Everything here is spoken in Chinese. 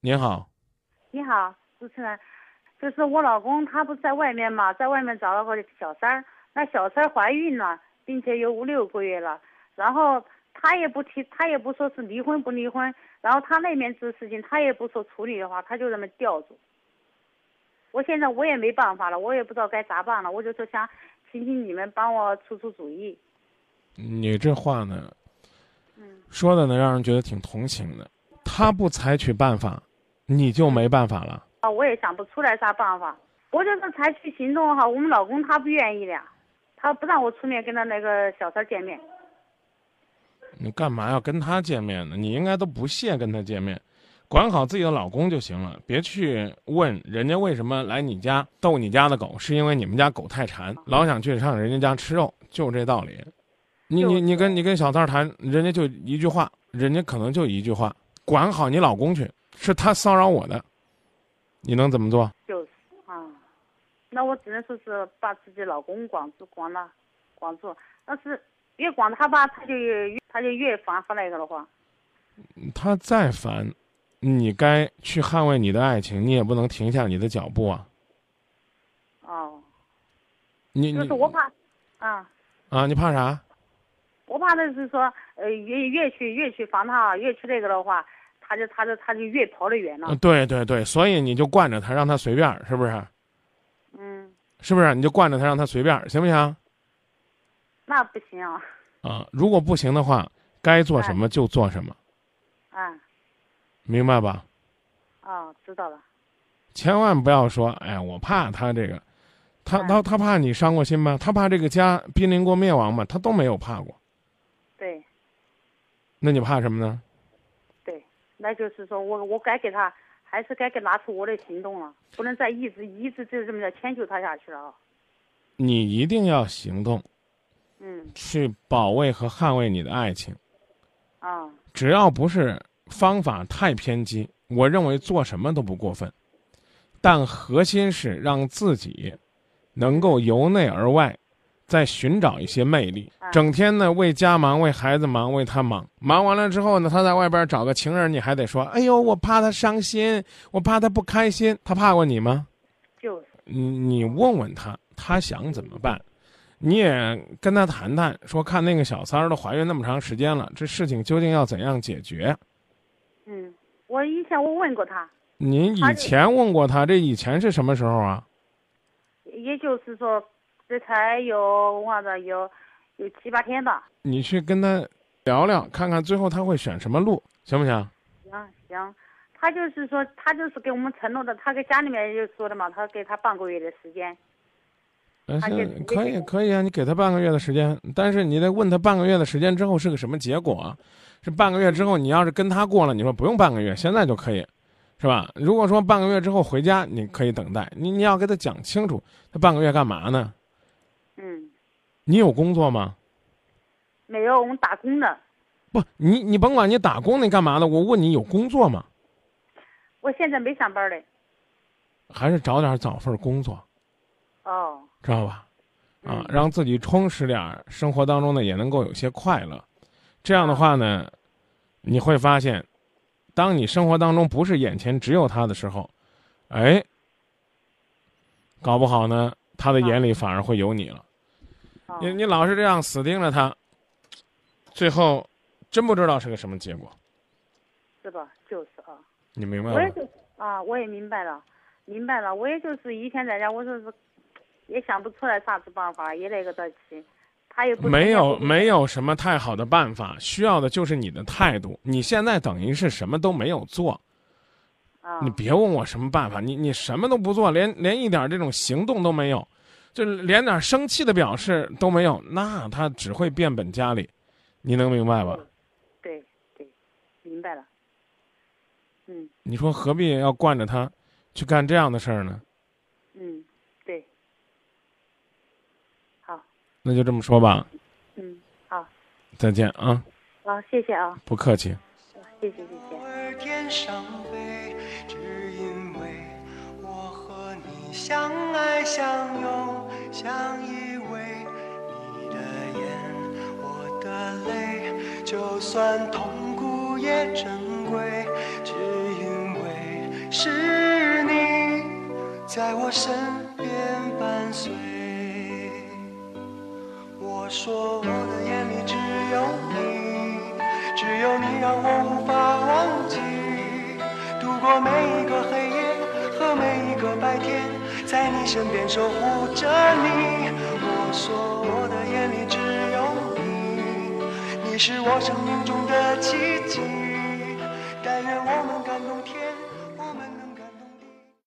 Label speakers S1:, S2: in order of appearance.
S1: 您好，
S2: 你好，主持人，就是我老公，他不是在外面嘛，在外面找了个小三儿，那小三儿怀孕了，并且有五六个月了，然后他也不提，他也不说是离婚不离婚，然后他那边这事情他也不说处理的话，他就这么吊着。我现在我也没办法了，我也不知道该咋办了，我就说想请请你们帮我出出主意。
S1: 你这话呢，
S2: 嗯
S1: 说的呢让人觉得挺同情的。他不采取办法，你就没办法了。
S2: 啊，我也想不出来啥办法，我就是采取行动哈。我们老公他不愿意的，他不让我出面跟他那个小三儿见面。
S1: 你干嘛要跟他见面呢？你应该都不屑跟他见面，管好自己的老公就行了，别去问人家为什么来你家逗你家的狗，是因为你们家狗太馋，老想去上人家家吃肉，就这道理。你
S2: 就
S1: 你
S2: 是
S1: 你跟你跟小三儿谈，人家就一句话，人家可能就一句话，管好你老公去，是他骚扰我的，你能怎么做？
S2: 就是啊，那我只能说是把自己老公管住管了，管住。但是越管他吧，他就越他就越反复那个的话。
S1: 他再烦，你该去捍卫你的爱情，你也不能停下你的脚步啊！
S2: 哦，
S1: 你
S2: 就是
S1: 你
S2: 我怕，啊，
S1: 啊，你怕啥？
S2: 我怕的是说，呃，越越去越去烦他，越去那个的话，他就他就他就越跑得远了
S1: 呃。对对对，所以你就惯着他，让他随便儿，是不是？
S2: 嗯，
S1: 是不是？你就惯着他，让他随便儿，行不行？啊、
S2: 那不行啊，
S1: 如果不行的话，该做什
S2: 哎
S1: 么就做什么，
S2: 啊
S1: 明白吧？
S2: 哦，知道了。
S1: 千万不要说，哎，我怕他这个，他他
S2: 哎
S1: 他怕你伤过心吗？他怕这个家濒临过灭亡吗？他都没有怕过，
S2: 对
S1: 那你怕什么呢？
S2: 对，那就是说我我该给他，还是该给拿出我的行动了，不能再一直一直就这么着迁就他下去了啊。
S1: 你一定要行动，
S2: 嗯
S1: 去保卫和捍卫你的爱情。
S2: 啊、
S1: 只要不是方法太偏激，我认为做什么都不过分。但核心是让自己能够由内而外，再寻找一些魅力。整天呢为家忙、为孩子忙、为他忙，忙完了之后呢，他在外边找个情人，你还得说：“哎呦，我怕他伤心，我怕他不开心。”他怕过你吗？
S2: 就是
S1: 你你问问他，他想怎么办？你也跟他谈谈，说看那个小三儿都怀孕那么长时间了，这事情究竟要怎样解决？
S2: 嗯，我以前我问过他，
S1: 您以
S2: 而且
S1: 前问过他，这以前是什么时候啊？
S2: 也就是说，这才有我的有有七八天吧。
S1: 你去跟他聊聊，看看最后他会选什么路，行不行？
S2: 行行，他就是说，他就是给我们承诺的，他给家里面就说的嘛，他给他半个月的时间。
S1: 呃
S2: 而且直
S1: 行，
S2: 接
S1: 可以
S2: 给
S1: 可以啊，你给他半个月的时间，但是你得问他半个月的时间之后是个什么结果、啊。是半个月之后，你要是跟他过了，你说不用半个月，现在就可以，是吧？如果说半个月之后回家，你可以等待，你你要给他讲清楚，他半个月干嘛呢？
S2: 嗯，
S1: 你有工作吗？
S2: 没有，我们打工的。
S1: 不，你你甭管你打工你干嘛的，我问你有工作吗？
S2: 我现在没上班嘞。
S1: 还是找点找份工作，
S2: 哦，
S1: 知道吧？啊
S2: 嗯，
S1: 让自己充实点儿，生活当中呢也能够有些快乐。这样的
S2: 啊
S1: 话呢，你会发现，当你生活当中不是眼前只有他的时候，哎，搞不好呢，他的眼里反而会有你了。
S2: 哦
S1: 你你老是这样死盯着他，最后真不知道是个什么结果。
S2: 是吧？就是啊，
S1: 你明白
S2: 我也
S1: 吗？
S2: 就啊，我也明白了，明白了。我也就是以前在家，我就是也想不出来啥子办法，也那个得起。他也不
S1: 没有
S2: 承认
S1: 没有什么太好的办法，需要的就是你的态度。你现在等于是什么都没有做，
S2: 啊，
S1: 你别问我什么办法，你你什么都不做，连连一点这种行动都没有，就连点生气的表示都没有，那他只会变本加厉，你能明白吧？
S2: 对对，明白了。嗯
S1: 你说何必要惯着他去干这样的事儿呢？
S2: 嗯，对。好，
S1: 那就这么说吧，
S2: 嗯好，
S1: 再见啊，
S2: 好，谢谢啊，
S1: 不客气。
S2: 谢谢谢谢。
S3: 而添伤悲，只因为我和你相爱相拥相依偎。你的眼，我的泪，就算痛苦也珍贵，只因为是你在我身边伴随。我说我的眼里只有你，只有你让我无法忘记，度过每一个黑夜和每一个白天，在你身边守护着你。我说我的眼里只有你，你是我生命中的奇迹。